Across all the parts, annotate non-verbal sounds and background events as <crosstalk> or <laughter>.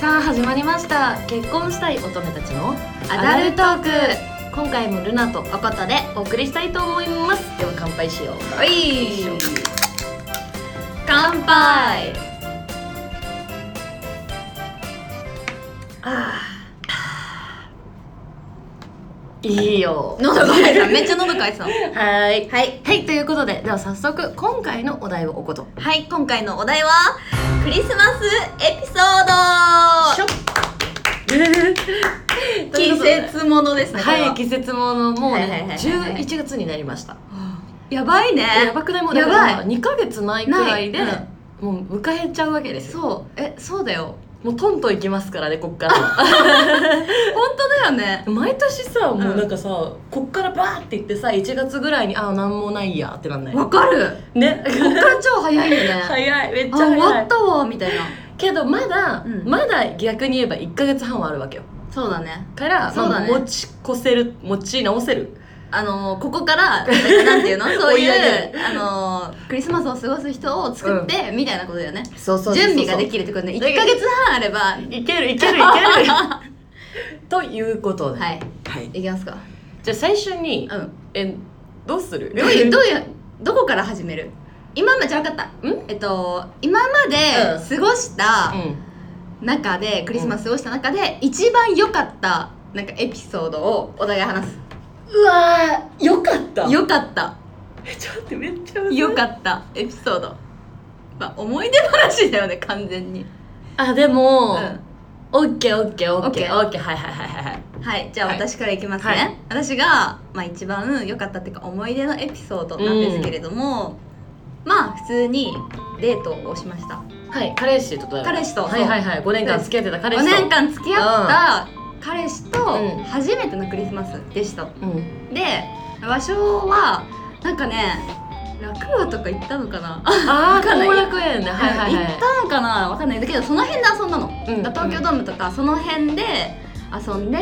さあ始まりました結婚したい乙女たちのアダルトーク今回もルナとアカタでお送りしたいと思いますでは乾杯しようはい乾杯いいよ喉が渇いためっちゃ喉渇いてたのはいはいはいということででは早速今回のお題をおことはい今回のお題はクリスマスエピソとードいう季ことで節ものですねこれはいは季節ものもうはいはいはいはねいはい11月になりましたやばいねやばくないもうだからやば2ヶ月ないくらいでないもう迎えちゃうわけですよそうえそうだよもうトントンいきますからねこっから <laughs> 本当だよね毎年さもううんなんかさ、こっからバーっていってさ1月ぐらいにああなんもないやってなんないわかるね <laughs> こっから超早いよねあ早いめっちゃ終早わいったわみたいなけどまだ、うんまだ逆に言えば1ヶ月半はあるわけよそうだねから、そうだねまあ持ち越せる持ち直せるあのーここからなんていうのそ <laughs> う追いい上うあのークリスマスを過ごす人を作って、みたいなことだよねそうそ準備がでるきるってことね1だけどか月半あればはいけるいけるいけ <laughs> るということで、いはいいきますかじゃあ最初にうんえどうするどういうどういうどこから始める今までじゃ分かったんえっと今まうで過ごしたうん中で、クリスマス過ごした中で一番良かったなんかエピソードをお互い話すうわーよかった良かったえちょっと待ってめっちゃむずい良かったエピソードまあ思い出話だよね完全にあでうも、んオッケーオッケーオッケー OK オッケーはいはいはいはいはいはいじゃあはい私からいきますね、はい私が、まあ、一番良かったっていうか思い出のエピソードなんですけれども、まあ普通にデートをしましたはい彼氏とだよ彼氏とはいはいはい5年間付き合ってた彼5氏と年間付き合った彼氏うんと初めてのクリスマスでした、うんで場所はなんかね楽和とか行ったのかなああわあかんない後楽園ねはいはいはい <laughs> 行ったのかなわかんないだけどその辺で遊んだの、うん東京ドームとかその辺で遊んで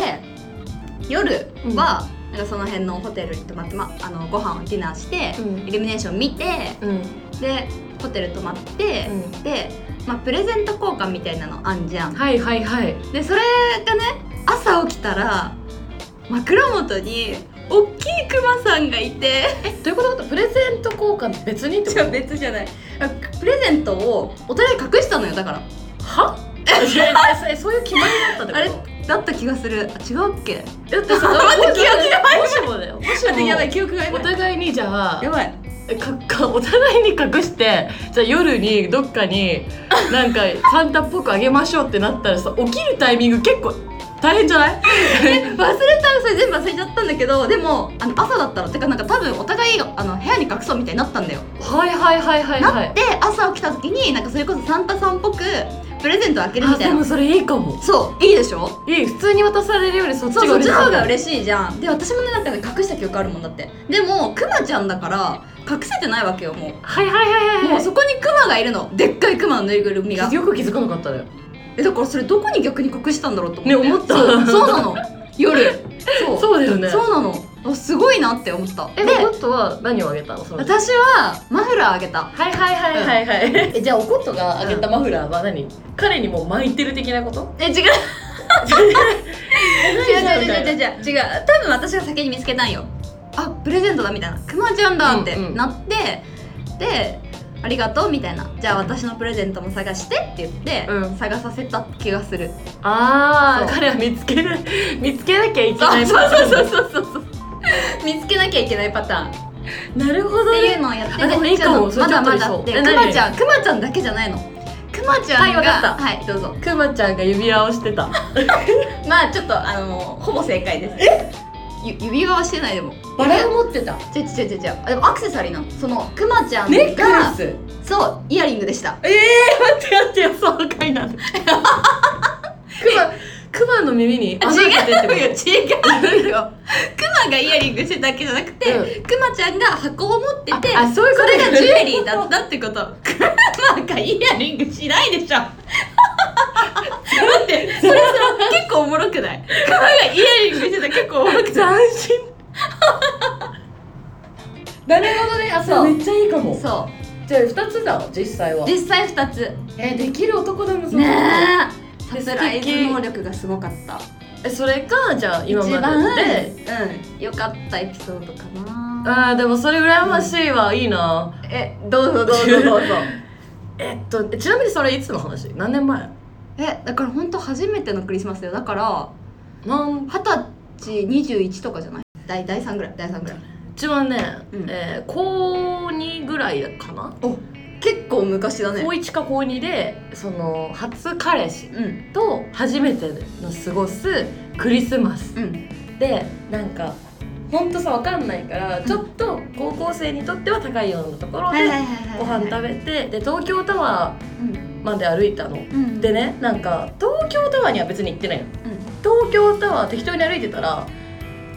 夜は、なんかその辺のホテルに泊まって、ま、あのご飯をディナーして、うんイルミネーション見てうんでホテル泊まって、うで、まあ、プレゼント交換みたいなのあんじゃんはいはいはいでそれがね朝起きたら枕元に大きいクマさんがいてえどういうことプレゼント交換別にってじこゃあ別じゃないあプレゼントをお互い隠したのよだからとはいやいやそれそういう決まりだったってことあれだった気がするあ違うっけだってその待って記憶がないもしもだよもしも記憶がやお互いにじゃあやばいかか <laughs> お互いに隠してじゃあ夜にどっかになんかサンタっぽくあげましょうってなったらさ起きるタイミング結構大変じゃない忘れたそれ全部忘れちゃったんだけどでもあの朝だったらてかなんか多分お互いがあの部屋に隠そうみたいになったんだよはいはいはいはいはないって朝起きた時になんかそれこそサンタさんっぽくプレゼントを開けるみあたいでもなそれいいかもそういいでしょいい普通に渡されるよりそっちそうがそっちの方が嬉しい嬉しいじゃんで私もねなんかね隠した記憶あるもんだってでもクマちゃんだから隠せてないわけよもうはいはいはいはいもうそこにクマがいるのでっかいクマのぬいぐるみがよく気づかなかったねえだからそれどこに逆に隠したんだろうと思ってね思ったそうそう <laughs> なの夜そうそうだよねそうなのあすごいなって思ったえででことは何をあげたのその時私はマフラーあげたはいはいはいはいはい、えじゃあおことがあげたマフラーは何、彼にもう巻いてる的なことえ違う違う違う違う違う違う違う多分私が先に見つけたんよあプレゼントだみたいなクマちゃんだってうんうんなって、でありがとうみたいなじゃあ私のプレゼントも探してって言って、うん探させた気がする <laughs> ああそう彼は見つける見つけなきゃいけそなういそうそうそうそうそう見つけなきゃいけないパターンなるほどっていねうのをやってあでもいいかもちょっとまだまだってそれクちょっと理想え何マちゃんクマちゃんだけじゃないのクマちゃんがはいわかったはいどうぞくまちゃんが指輪をしてたまあちょっとあのほぼ正解ですえ指輪はしてないでもを持ってた違う違う違う違うあでもアクセサリーなのそのクマちゃんネッがクレスそうイヤリングでしたええー、待って待ってよ爽快なんだくまくまの耳に穴開けてってこと違う <laughs> よクマがイヤリングしてただけじゃなくて、クマちゃんが箱を持っててああそういうそことれねがジュエリーだったってことクマがイヤリングしないでしょ <laughs> 待ってそれさ結構おもろくないクマがイヤリングしてた結構おもろくない斬新なるほどねあ <laughs> そうめっちゃいいかもそじゃあ2つだ実際はう実際2つえーできる男だもんねええサプライズ能力がすごかったえそれかじゃあ今一ま番ででうん良かったエピソードかなあーでもそれ羨ましいわ、いいなえどうぞどうぞどうぞ <laughs> えっとえちなみにそれいつの話何年前えだから本当初めてのクリスマスだよだからなん二十歳二十一とかじゃない第第三ぐらい第三ぐらいうちはね、うんえー高2ぐらいかな、結構昔だ高1か高2でその初彼氏うんと初めての過ごすクリスマスうんでなんかほんとさわかんないからちょっと高校生にとっては高いようなところはでいはいはいはいご飯食べてで東京タワーまで歩いたの。うんでねなんか東京タワーには別に行ってないのうん東京タワー適当に歩いてたら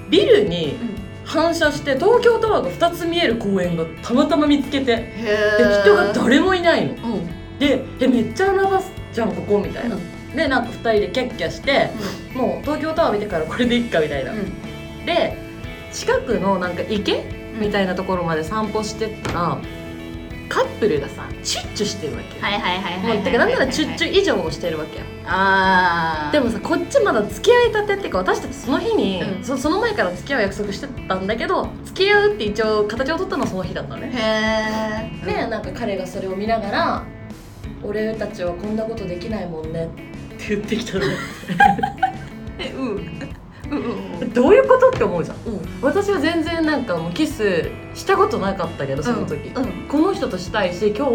ビルにうん反射して東京タワーが2つ見える公園がたまたま見つけてへでえ人が誰もいないのうんでえめっちゃ穴場じゃんここみたいな、うんでなんか2人でキャッキャしてもう東京タワー見てからこれでいっかみたいな、で近くのなんか池うんみたいなところまで散歩してったらカップルがさチュッチュしてるわけよ、はいはいはいはいもうてかなんならチュッチュュ以上をしてるわけやあーでもさこっちまだ付き合いたてっていうか私たちその日に、うんそその前から付き合う約束してたんだけど付き合うって一応形を取ったのはその日だったのねへえでなんか彼がそれを見ながら「俺たちはこんなことできないもんね」って言ってきたのえうんうんうんう <laughs> んどういうことって思うじゃんうん私は全然なんかもうキスしたことなかったけどその時、うんうんこの人としたいし今日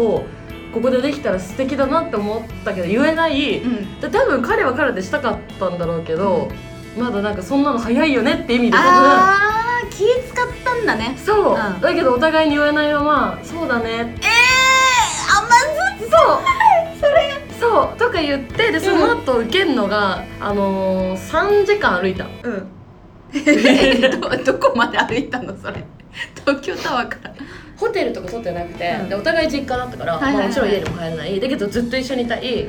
ここでできたら素敵だなって思ったけど言えない、で多分彼は彼でしたかったんだろうけど、まだなんかそんなの早いよねって意味で多分あー気使ったんだねそう、うんだけどお互いに言えないままそうだねえー甘そうそれそうとか言ってでその後受けるのが、あのー、3時間歩いたうんえ <laughs> どどこまで歩いたのそれ東京タワーからホテルとか取ってなくて、うんでお互い実家だったから、はいはいはいまあ、もちろん家にも帰れないだけどずっと一緒にいたい、ん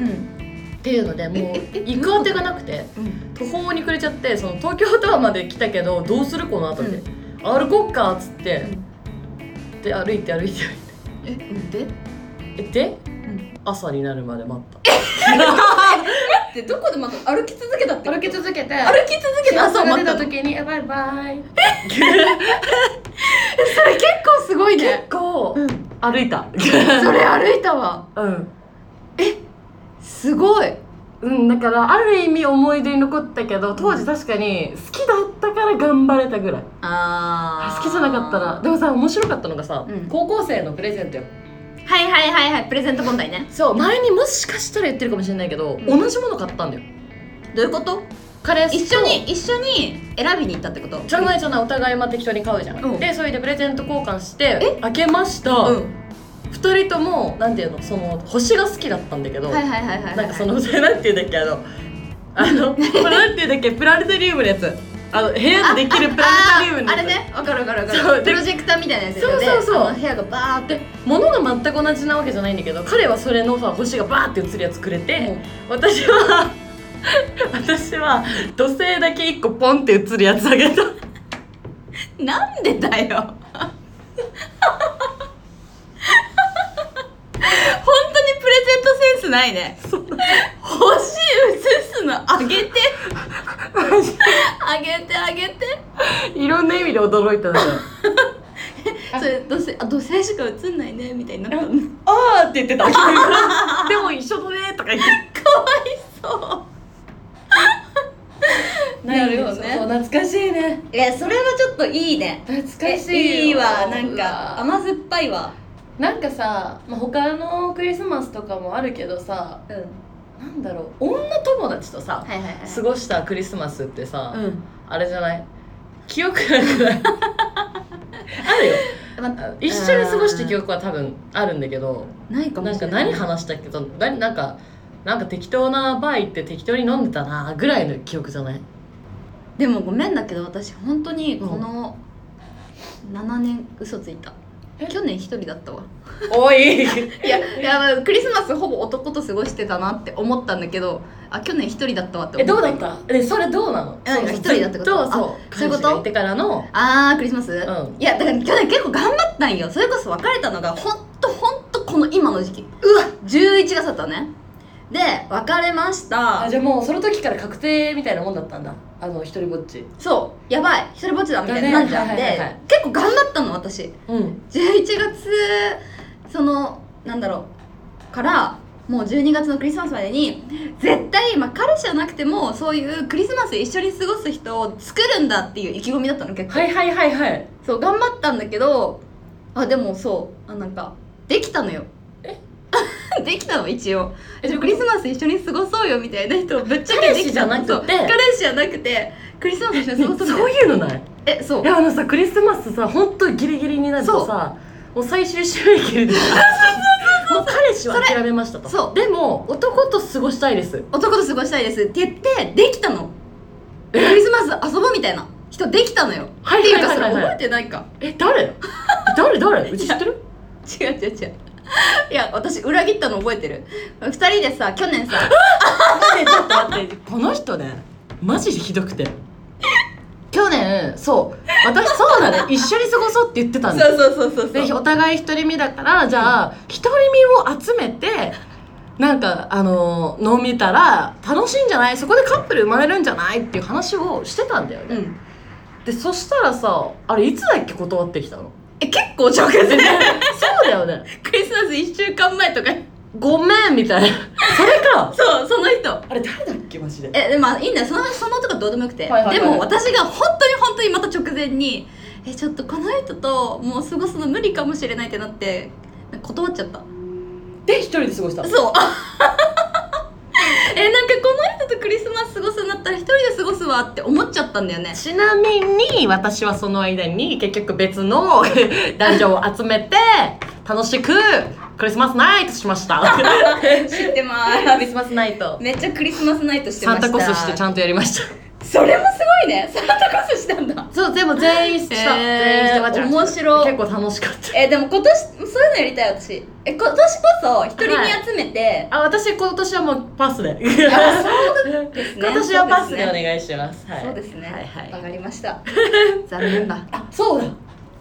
っていうのでもうえええ行く当てがなくてうん途方に暮れちゃってその東京タワーまで来たけどどうするこの後で、歩こっかっつって、で歩いて歩いてえうんで歩いてでうん朝になるまで待ったでどこでまた歩き続けたって歩き続けて歩き続けた朝朝待待っったた時時に「えバイバ <laughs> イ」それ結構すごい結構うん歩いたそれ歩いたわうん、すごいうん、だからある意味思い出に残ったけど当時確かに好きだったから頑張れたぐらいあ好きじゃなかったらでもさ面白かったのがさ、うん高校生のプレゼントよはいはいはいはいプレゼント問題ねそう前にもしかしたら言ってるかもしれないけど、ん同じもの買ったんだよどういうこと彼氏と一緒に一緒に選びに行ったってことじゃないじゃないお互いまあ適当に買うじゃん、うんでそれでプレゼント交換して開けました、うん二人ともなんていうのその星が好きだったんだけど、はいはいはいはいはいなんかそのそれなんていうんだっけあのあのこれなんていうんだっけプラネタリウムのやつあの部屋でできるプラネ <laughs> タリウムのあやつあれねわかるわかるわかそうるでプロジェクターみたいなやつそうそうそうあの部屋がバーってで物が全く同じなわけじゃないんだけど彼はそれのさ星がバーって映るやつくれて、私は <laughs> 私は土星だけ一個ポンって映るやつあげたなんでだよ本当にプレゼントセンスないねそう欲しい映すのあげてあげてあげていろんな意味で驚いたのよそれどうせあどうせしか映んないねみたいになったのあーって言ってた <laughs> でも一緒だねとか言ってそななるるよよねね懐かしいねういやそれはちょっといいね懐かえしいよいいわなんうわか甘酸っぱいわなんかさ、まあ、他のクリスマスとかもあるけどさうんなんだろう女友達とさ、はいはいはい過ごしたクリスマスってさ、うんあれじゃない記憶なく <laughs> ないあるよまあ一緒に過ごした記憶は多分あるんだけどないかもなんしかれない何話したっけどななんかなんか適当なバー行って適当に飲んでたなぐらいの記憶じゃないでもごめんだけど私本当にこの7年嘘ついたえ去年一人だったわおいいやいやクリスマスほぼ男と過ごしてたなって思ったんだけどあ去年一人だったわっ <laughs> えて思ったどうだ <laughs> ったえそれどうなのえなんか一人だったことそうそうあそういう彼こと氏がてからのあークリスマス、んいやだから去年結構頑張ったんよそれこそ別れたのがほんとほんとこの今の時期うわ11月だったのねで別れましあたじゃあもうその時から確定みたいなもんだったんだあの一人ぼっちそうやばい一人ぼっちだみたいにだななねんじゃんで、はいはいはい結構頑張ったの私うん11月そのなんだろうからもう12月のクリスマスまでに絶対今彼氏じゃなくてもそういうクリスマス一緒に過ごす人を作るんだっていう意気込みだったの結構、はいはいはいはいそう頑張ったんだけどあでもそうあなんかできたのよえ <laughs> できたの一応えじゃあクリスマス一緒に過ごそうよみたいな人をぶっちゃけできたの彼氏じゃなくてそう彼氏じゃなくてクリスマス一緒に過ごそうみたいそういうのないなえそういやあのさクリスマスさ本当にギリギリになるとさもう最終締め切りで <laughs> もう彼氏は諦めましたとそれそうでも男と過ごしたいです男と過ごしたいですって言ってできたのクリスマス遊ぼうみたいな人できたのよはっていうかそれ覚えてないかえ誰 <laughs> 誰誰うち知ってる違う違う違ういや私裏切ったの覚えてる二人でさ去年さ待ってちょっと待ってこの人ねマジでひどくて去年そう私そうだね一緒に過ごそうって言ってた <laughs> そんだうそうそうそうでそうお互い独り身だからじゃあ独り身を集めてなんかあの飲みたら楽しいんじゃないそこでカップル生まれるんじゃないっていう話をしてたんだよね、うんでそしたらさあれいつだっけ断ってきたの <laughs> え結構直接そうねだよねクリスマス1週間前とかごめんみたいなそれかそうその人あれ誰だっけマジでえでまあいいんだよそのそのとかどうでもよくて、はいはいはいでも私が本当に本当にまた直前にえちょっとこの人ともう過ごすの無理かもしれないってなって断っちゃったで一人で過ごしたそう <laughs> えなんかこの人とクリスマス過ごすんだったら一人で過ごすわって思っちゃったんだよねちなみに私はその間に結局別 <laughs> の男女を集めて楽しくクリスマスナイトしました知ってまクリスマスナイトめっちゃクリスマスナイトしてまサしンたタコスしてちゃんとやりましたそれもすごいねサンタコスしたんだそうでも全員した、えー全員してました面白い結構楽しかったえでも今年そういうのやりたい私え今年こそ一人に集めて、あ私今年はもうパスで <laughs> あすね今年はパスでお願いしますはいそうですねはいはわ、いかりました <laughs> 残念だあそうだ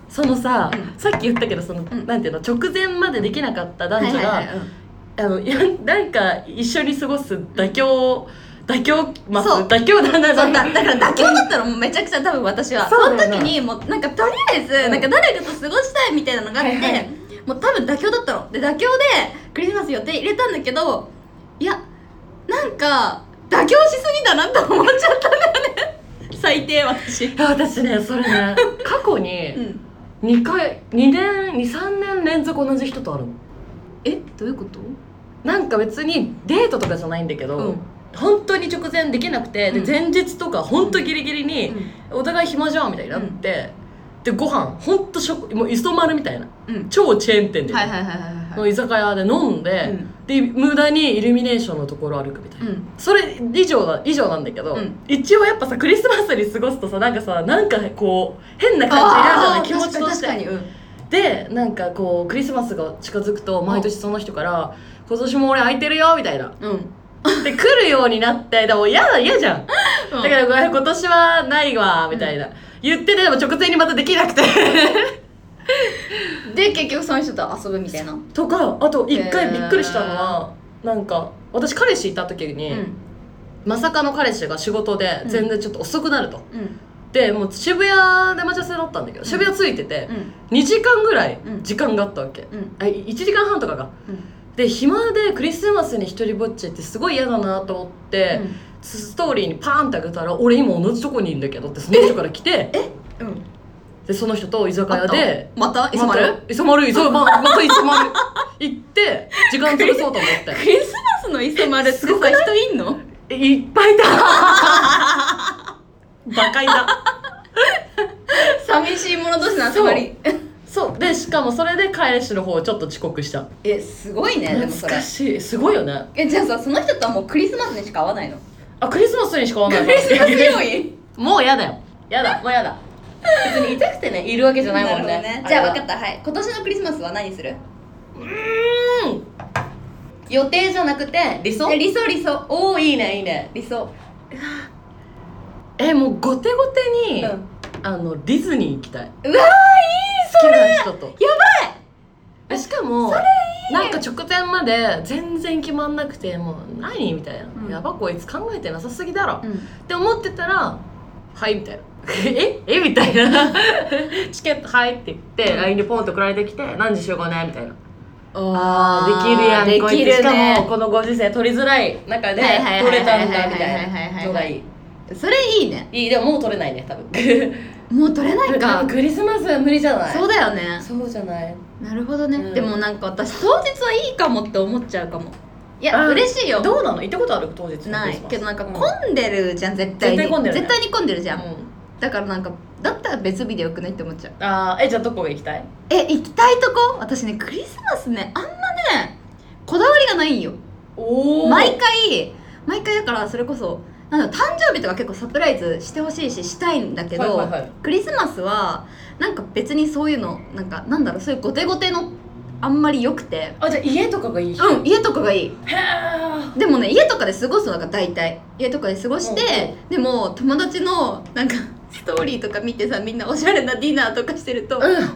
そのさ、うんさっき言ったけどその、んなんていうの直前までできなかった男女が、はいはいはいうんあのいやなんか一緒に過ごす妥協妥協まあそう妥協だなそうだなだから妥協だったらもうめちゃくちゃ多分私はそ,、そうのだよね時にもうなんかとりあえずうんなんか誰かと過ごしたいみたいなのがあって、はいはいもう多分妥協だったので妥協でクリスマス予定入れたんだけどいやなんか妥協しすぎだなって思っちゃったんだよね最低私いや私ねそれね過去うにん2回2年23年連続同じ人とあるのえどういうことなんか別にデートとかじゃないんだけど、うん本当に直前できなくて、うんで前日とか本当ギリギリに、お互い暇じゃんみたいになって、でご飯本当食もう磯丸みたいなうん超チェーン店で、はいはいはいはいはのい居酒屋で飲んうで、んで無駄にイルミネーションのところ歩くみたいな、うんそれ以上だ以上なんだけど、うん一応やっぱさクリスマスに過ごすとさなんかさなんかこう変な感じになるじゃなあいー気持ちとし確かにて確かにでなんかこうクリスマスが近づくと毎年その人から「今年も俺空いてるよ」みたいなうん、うん、で来るようになってでも嫌だ嫌じゃんだだからごめん今年はないわみたいな、言っててでも直前にまたできなくてで結局その人と遊ぶみたいなとかあと一回びっくりしたのは、なんか私彼氏いた時うに、んまさかの彼氏が仕事で全然ちょっと遅くなると。うんでもう渋谷で待ち合わせだったんだけど渋谷着いててうん2時間ぐらいうん時間があったわけ、うんあ1時間半とかがうんで暇でクリスマスに一人ぼっちってすごい嫌だなと思って、ストーリーにパーンってあげたら「俺今同じとこにいるんだけど」ってその人から来てうんうんでその人と居酒屋でまたいつまもあたる磯丸 <laughs> 磯丸ままた磯丸行って時間潰そうと思ってリスマスのいつまるすごく人いんのえ <laughs> いっぱいいた <laughs> バカいた寂しい者同士の集集ままりりそうでしかもそれで彼氏の方ちょっと遅刻したえすごいねでもそ懐れかしいすごいよねえじゃあさその人とはもうクリスマスにしか会わないのあクリスマスにしか会わない <laughs> クリスマス要員もうやだよやだもうやだ別に痛くてねいるわけじゃないもんねじゃあ分れかったはい今年のクリスマスは何するはうん予定じゃなくて理想え理想理想おおいいねいいね理想えもう後手後手うんに、やあのディズニー行きたいうわ好きな人とやばいしかもそれなんか直前まで全然決まんなくてもう何みたいな、うんやばこいつ考えてなさすぎだろ、うんって思ってたら「はい」みたいな <laughs> 「ええみたいな <laughs> 「チケットはい」って言って LINE でポンと送られてきて「何時集合ね」みたいなあーできるやんこいつしかもこのご時世取りづらい中ではいはいはいはいはいはいはいはい取れたんだみたいなのがいいそれいいねいいでももう取れないね多分もう取れない <laughs> なんかかクリスマスは無理じゃないそうだよねそうじゃないなるほどね、うんでもなんか私当日はいいかもって思っちゃうかもいやあー嬉しいよどうなの行ったことある当日のクリスマスないけどなんかう混んでるじゃん絶対に絶対混んでるね絶対に混んでるじゃん、うんだからなんかだったら別日でよくないって思っちゃうあーえじゃあどこが行きたいえ行きたいとこ私ねクリスマスねあんまねこだわりがないんよお毎回毎回だからそれこそなんだろう誕生日とか結構サプライズしてほしいししたいんだけど、はいはいはいクリスマスはなんか別にそういうのなんかなんだろうそういう後手後手のあんまり良くてあじゃあ家とかがいい日うん家とかがいいへーでもね家とかで過ごすのが大体家とかで過ごして、でも友達のなんか <laughs> ストーリーとか見てさみんなおしゃれなディナーとかしてると、うん毎年後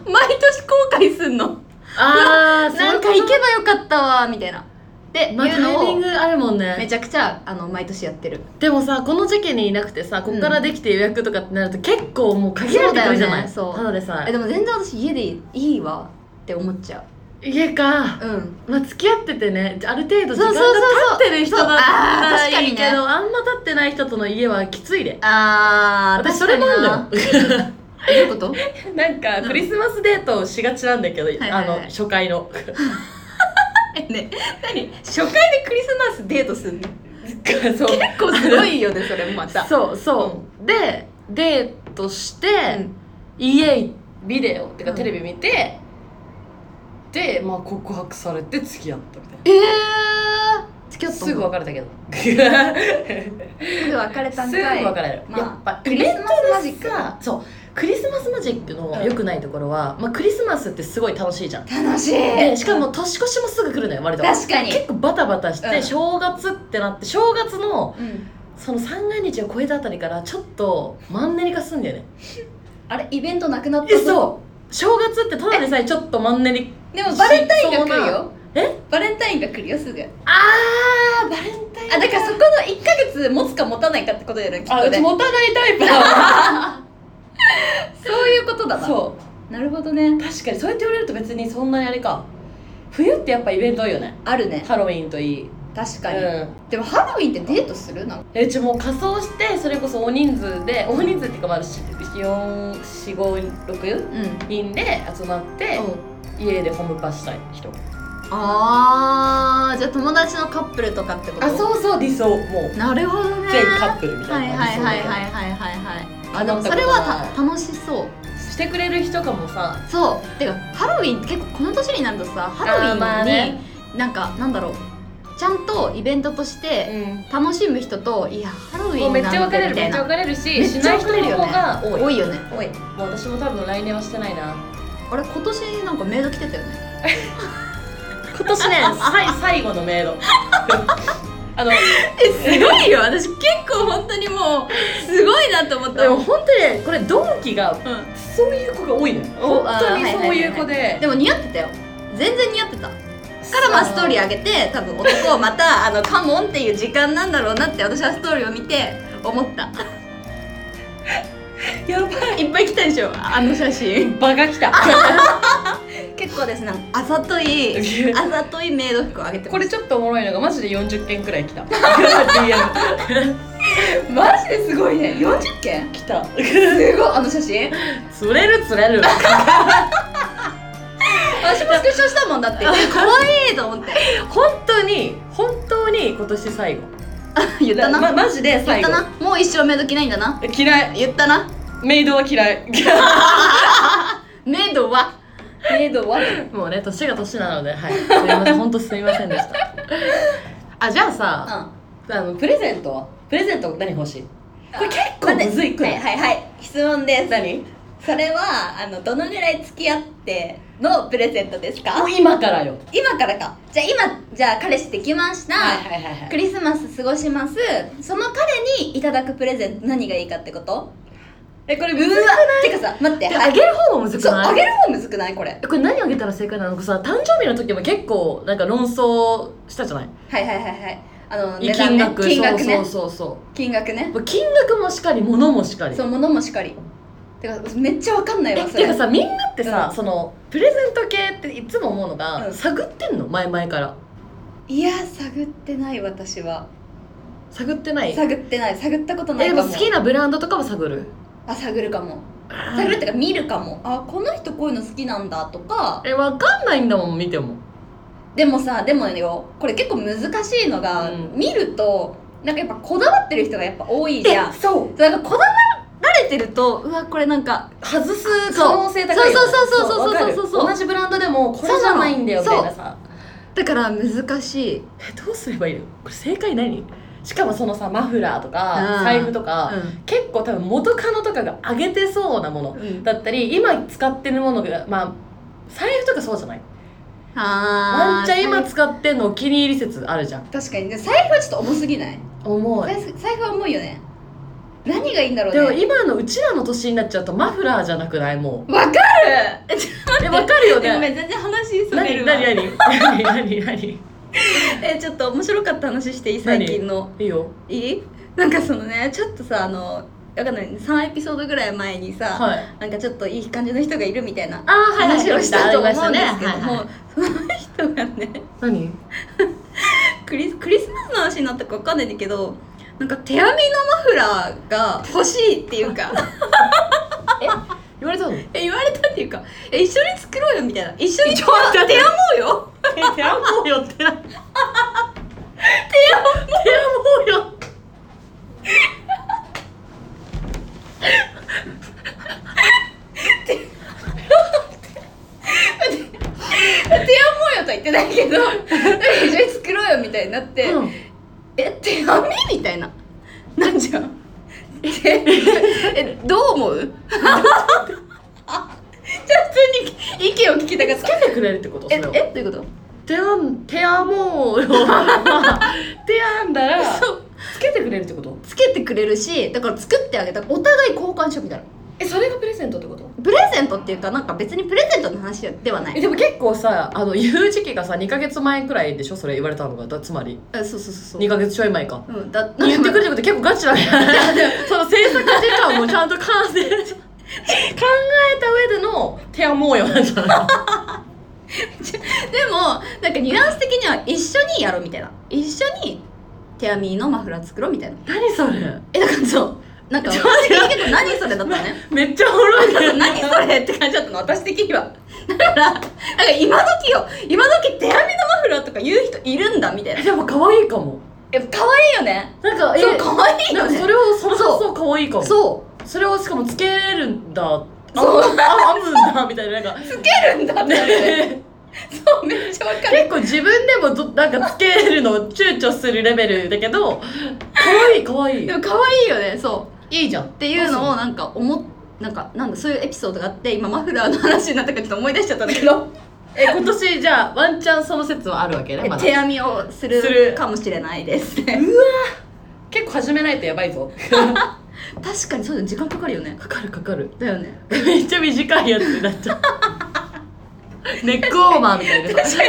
悔すんのあーなんか行けばよかったわみたいなで、まあ、いうタイミのンをグあるもんねめちゃくちゃあの毎年やってるでもさこの時期にいなくてさこっからできて予約とかってなると結構もう限られてくるじゃないそうなだよねそうのでさえでも全然私家でいいわって思っちゃ家かううんまあ付き合っててねある程度時そうそう間そうがそう経ってる人だったそうあー確からにいねいけどあんま経ってない人との家はきついであー私それもあんだ <laughs> よよどういうことなんかクリスマスデートをしがちなんだけどはいはあいはいの初回のえね何初回でクリスマスデートすんのそう結構すごいよねそれもまたそうそう、でデートして、家ビデオってかうんテレビ見て、でまあ告白されて付き合ったみたいなえー付き合った <laughs> のすぐ別れたけどすぐ別れたんすかぐい別れる、まあやっぱクリスマスマジイベンックトでさそうクリスマスマジックの良くないところは、まあ、クリスマスってすごい楽しいじゃん楽しでいしかも年越しもすぐ来るのよ割と確かに結構バタバタして、うん正月ってなって正月のうんその三が日を超えたあたりからちょっとマンネリ化すんだよねあれイベントなくなったえぞそう正月ってただでさえちょっとマンネリでもバレンタインが来るよえバレンタインが来るよすぐあーバレンタあだからそこの1か月持つか持たないかってことだよねきっあとうちね持たないタイプだわ <laughs> そういうことだなそうなるほどね確かにそうやって言われると別にそんなにあれか冬ってやっぱイベント多いよねあるねハロウィンといい、確かに、うん、でもハロウィンってデートするなんかえうちもう仮装してそれこそ大人数で大人数っていうかまあ4456うん人で集まって家でホームパしたい人あーじゃあ友達のカップルとかってことうそう理想もうなるほどね全カップルみはたいいなはいはいはいいはいはいはいああでなもんかそれなはいた楽しそうしてくれる人かもさそうてかハロウィンって結構この年になるとさハロウあーまィあンねになんかなんだろうちゃんとイベントとしてん楽しむ人といやハロウもィうンめっちゃなん分かてれみるためいっちゃな分かれるししない人の方が多い多いよね多いもう私も多分来年はしてないなあれ今年なんかメイド来てたよね今年ねさい最後の <laughs> メイドあのえすごいよ私結構本当にもうすごいなと思ったでも本当にこれドンキがうそういう子が多いのよお本当にあーそういう子でん、でも似合ってたよ全然似合ってたからまあストーリー上げて多分男をまたあのカモンっていう時間なんだろうなって私はストーリーを見て思 <laughs> ったーやばいいっぱい来たでしょあの写真バカ来 <laughs> た結構ですねあざと <laughs> いあざといメイド服をあげてこれれちょっとおもろいのがマジで40件くらい <laughs> 来た DM マジですごいね40件来たすごいあの写真釣れる釣れる私もスクショしたもん <laughs> だって可愛いと思って本当に本当に今年最後言ったな、まマジで言っ最た後なもう一生メイド着ないんだな嫌い言ったなメイドは嫌いメイドはメイドは <laughs> もうね年が年なので <laughs> はいすいません本当すみませんでしたあじゃあさ、うあのプレゼントはプレゼント何欲しいこれ結構んむずいくはないい、はいはい質問です何それはあのどのぐらい付き合ってのプレゼントですかもう今からよ今からかじゃあ今じゃあ彼氏できました、はいはいはクリスマス過ごしますその彼にいただくプレゼント何がいいかってことえこれうわてかさ待ってでああげる方もむずくそうないあげる方むずくないこれえこれ何あげたら正解なのかさ誕生日の時も結構なんか論争したじゃないはいはいはいはいあのえ値段金ね額金額そうねそうそう金額ねそう金額もしかり物もしかりそう物もしかりてかめっちゃわかんないえわっそていれうかさみんなってさ、うんそのプレゼント系っていつも思うのが、うん探ってんの前々からいや探ってない私は探ってない探ってない探ったことなえいでかもも好きなブランドとかは探るあ探るかも探るってか見るかもあこの人こういうの好きなんだとかえわかんないんだもん見てもでもさでもよこれ結構難しいのが、うん見るとなんかやっぱこだわってる人がやっぱ多いじゃんそうだからこだわられてるとうわこれなんか外す可能性高いそうそうそうそうそうそうそうわかる同じブランドでもこれじゃないんだよみそうたないのなさだから難しい、えどうすればいいのこれ正解何しかもそのさマフラーとかうん財布とか、結構多分元カノとかが上げてそうなものうん、だったり今使ってるものがまあ財布とかそうじゃないあワンちゃん今使ってんのお気に入り説あるじゃん確かにね財布はちょっと重すぎない重い財布財布は重いよね何がいいんだろでもうね今のうちらの年になっちゃうとマフラーじゃなくないもわかるえちうえわかるょよっとご <laughs> ねめん全然話それ何るわ何何何何何えちょっと面白かった話していい最近のいいよいいなんかそのねちょっとさあのわかんない3エピソードぐらい前にさ、はいなんかちょっといい感じの人がいるみたいなあはいはい話をしたと思うんですけども、はいはいその人がね何クリスクリスマスの話になったかわかんないんだけどなんか手編みのマフラーが欲しいっていうか <laughs> 言われたのえ言われたっていうかえ一緒に作ろうよみたいな一緒に手ち編ょっと待ってもうよ <laughs> 手編もうよってな手編もうよ手編もうよとは言ってない <laughs> けど一緒に作ろうよみたいになって、うんえ手編みみたいななんじゃんええどう思うあじゃあ普通に意見を聞きたかったつけてくれるってことそえれをえどういうこと手編ん手編も <laughs> うよ手編んだらそうつけてくれるってことつけてくれるしだから作ってあげたお互い交換しようみたいなえそれがプレゼントってことプレゼントっていうかなんか別にプレゼントの話ではなえいでも結構さあの言う時期がさ2か月前くらいでしょそれ言われたのがだつまりあそうそうそうそう2か月ちょい前かうん、だなんか言ってくれるってこと結構ガチだねその制作時間もちゃんと完成考えた上での手編もうよなんじゃないでもなんかニュアンス的には一緒にやろうみたいな一緒に手編みのマフラー作ろうみたいな何それえだからそうなんかちょ私的に結構何それだったのねめっちゃおもろいなんねか <laughs> <laughs> 何それって感じだったの私的にはだからなんか今時よ今時手編みのマフラーとか言う人いるんだみたいなえでも可愛いかもえ可愛いよねなんかえそう可愛いなよんかねそれをその発想可愛いかもそうそれをしかもつけれるんだあそうあ編むんだみたいななんかつけるんだってなるよねねそうめっちゃわかる結構自分でもどなんかつけるのを躊躇するレベルだけど可愛い可愛いでも可愛いよねそういいじゃんっっていうのをなんか思っなんかなんだそういうエピソードがあって今マフラーの話になったからちょっと思い出しちゃったんだけ <laughs> どえ今年じゃあワンチャンその説はあるわけねまだ手編みをするするかもしれないですね結構始めないとやばいぞ確かにそうだよ時間かかるよねかかるかかるだよねめっちゃ短いやつになっちゃ <laughs> うネックオーバーみたいなさ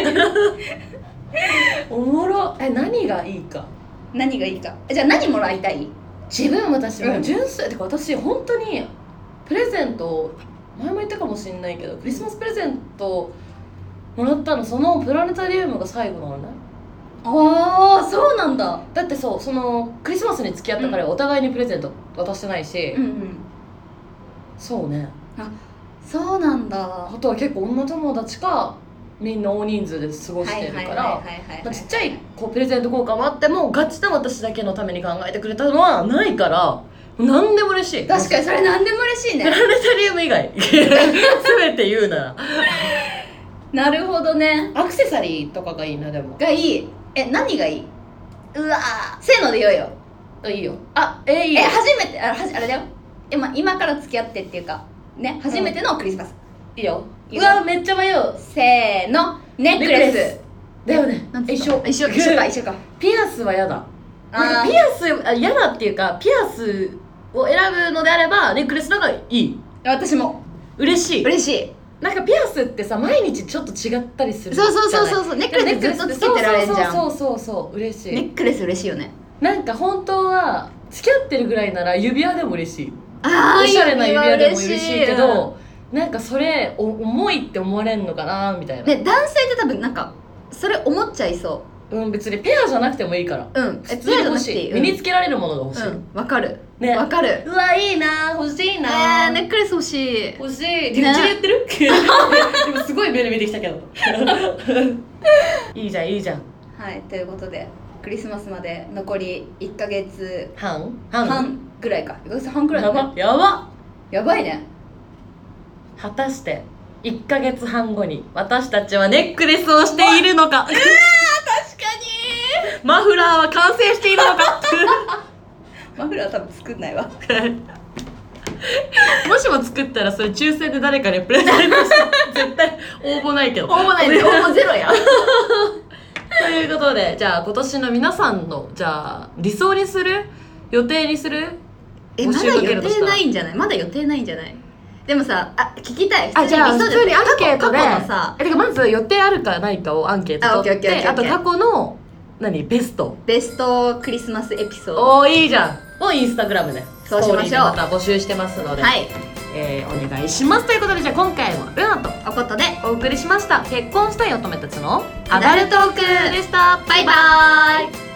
おもろえ何がいいか何がいいかじゃあ何もらいたい自分私もうん純粋、てか私本当にプレゼントを前も言ったかもしれないけどクリスマスプレゼントもらったのそのプラネタリウムが最後なのねああそうなんだだってそうそのクリスマスに付き合った彼はお互いにプレゼント渡してないし、うんうんそうねそうなんだあはとは結構女友達かみんな大人数で過ごしてるから、いまあちっちゃいこうプレゼント交換もあってもガチな私だけのために考えてくれたのはないから何でも嬉しい確かにそれ何でも嬉しいプラねネタリウム以外 <laughs> 全て言うなら <laughs> なるほどねアクセサリーとかがいいなでもがいいえ何がいいうわーせーので言おうよあいいよあえいいえよ初めてあはじあれだよ今今から付き合ってっていうかね初めてのクリスマス、いいよいいうよわめっちゃ迷うせーのネックレスだよねなんつった一緒一緒一緒か一緒かピアスは嫌だなんあかーピアスあ嫌だっていうかピアスを選ぶのであればネックレスの方がいい私も嬉しい嬉しいなんかピアスってさ毎日ちょっと違ったりするそうそうそうそううそうネックレスずっとつけてられるじゃんそうそうそうそう嬉しい、ネックレス嬉しいよねなんか本当は付き合ってるぐらいなら指輪でも嬉しいあーおしゃれな指輪でも嬉しいけ指輪嬉しどなんかそれお重いって思われんのかなみたいな、いで男性って多分なんかそれ思っちゃいそうん、別にペアじゃなくてもいいからううん普通ペアにじゃ欲なくてしい、う身んにつけられるものが欲しい、うんわかるねわかるうわいいな欲しいえな、ーネックレス欲しい欲しいめっねちゃ言ってるでもすごい目で見てきたけどいいじゃんいいじゃんはいということでクリスマスまで残り1か月半半半ぐらいか1か月半ぐらいやだねばやばやばいね果たして1ヶ月半後に私たちはネックレスをしているの <laughs> か確かにマフラーは完成しているのかマフラー多分作んないわ <laughs> もしも作ったらそれ抽選で誰かにプレゼントして絶対応募ないけど応募ない <laughs> で応募ゼロやということでじゃあ今年の皆さんのじゃあ理想にする予定にするえ募まだ集かけ予るとした定らないんじゃないまだ予定ないんじゃないでもさあ聞きたいあじゃあ普通にアンケートで過去過去のさえてかまず予定あるかないかをアンケーあトオッケー取オっッケーてあオッケとー過去の何ベストベストクリスマスエピソードおおいいじゃんをインスタグラムでそうしまストーしょうリーでまた募集してますので、はいえーお願いしますということでじゃあ今回もルナとおことでお送りしました結婚したい乙女たちのアダルトークでしたバイバーイ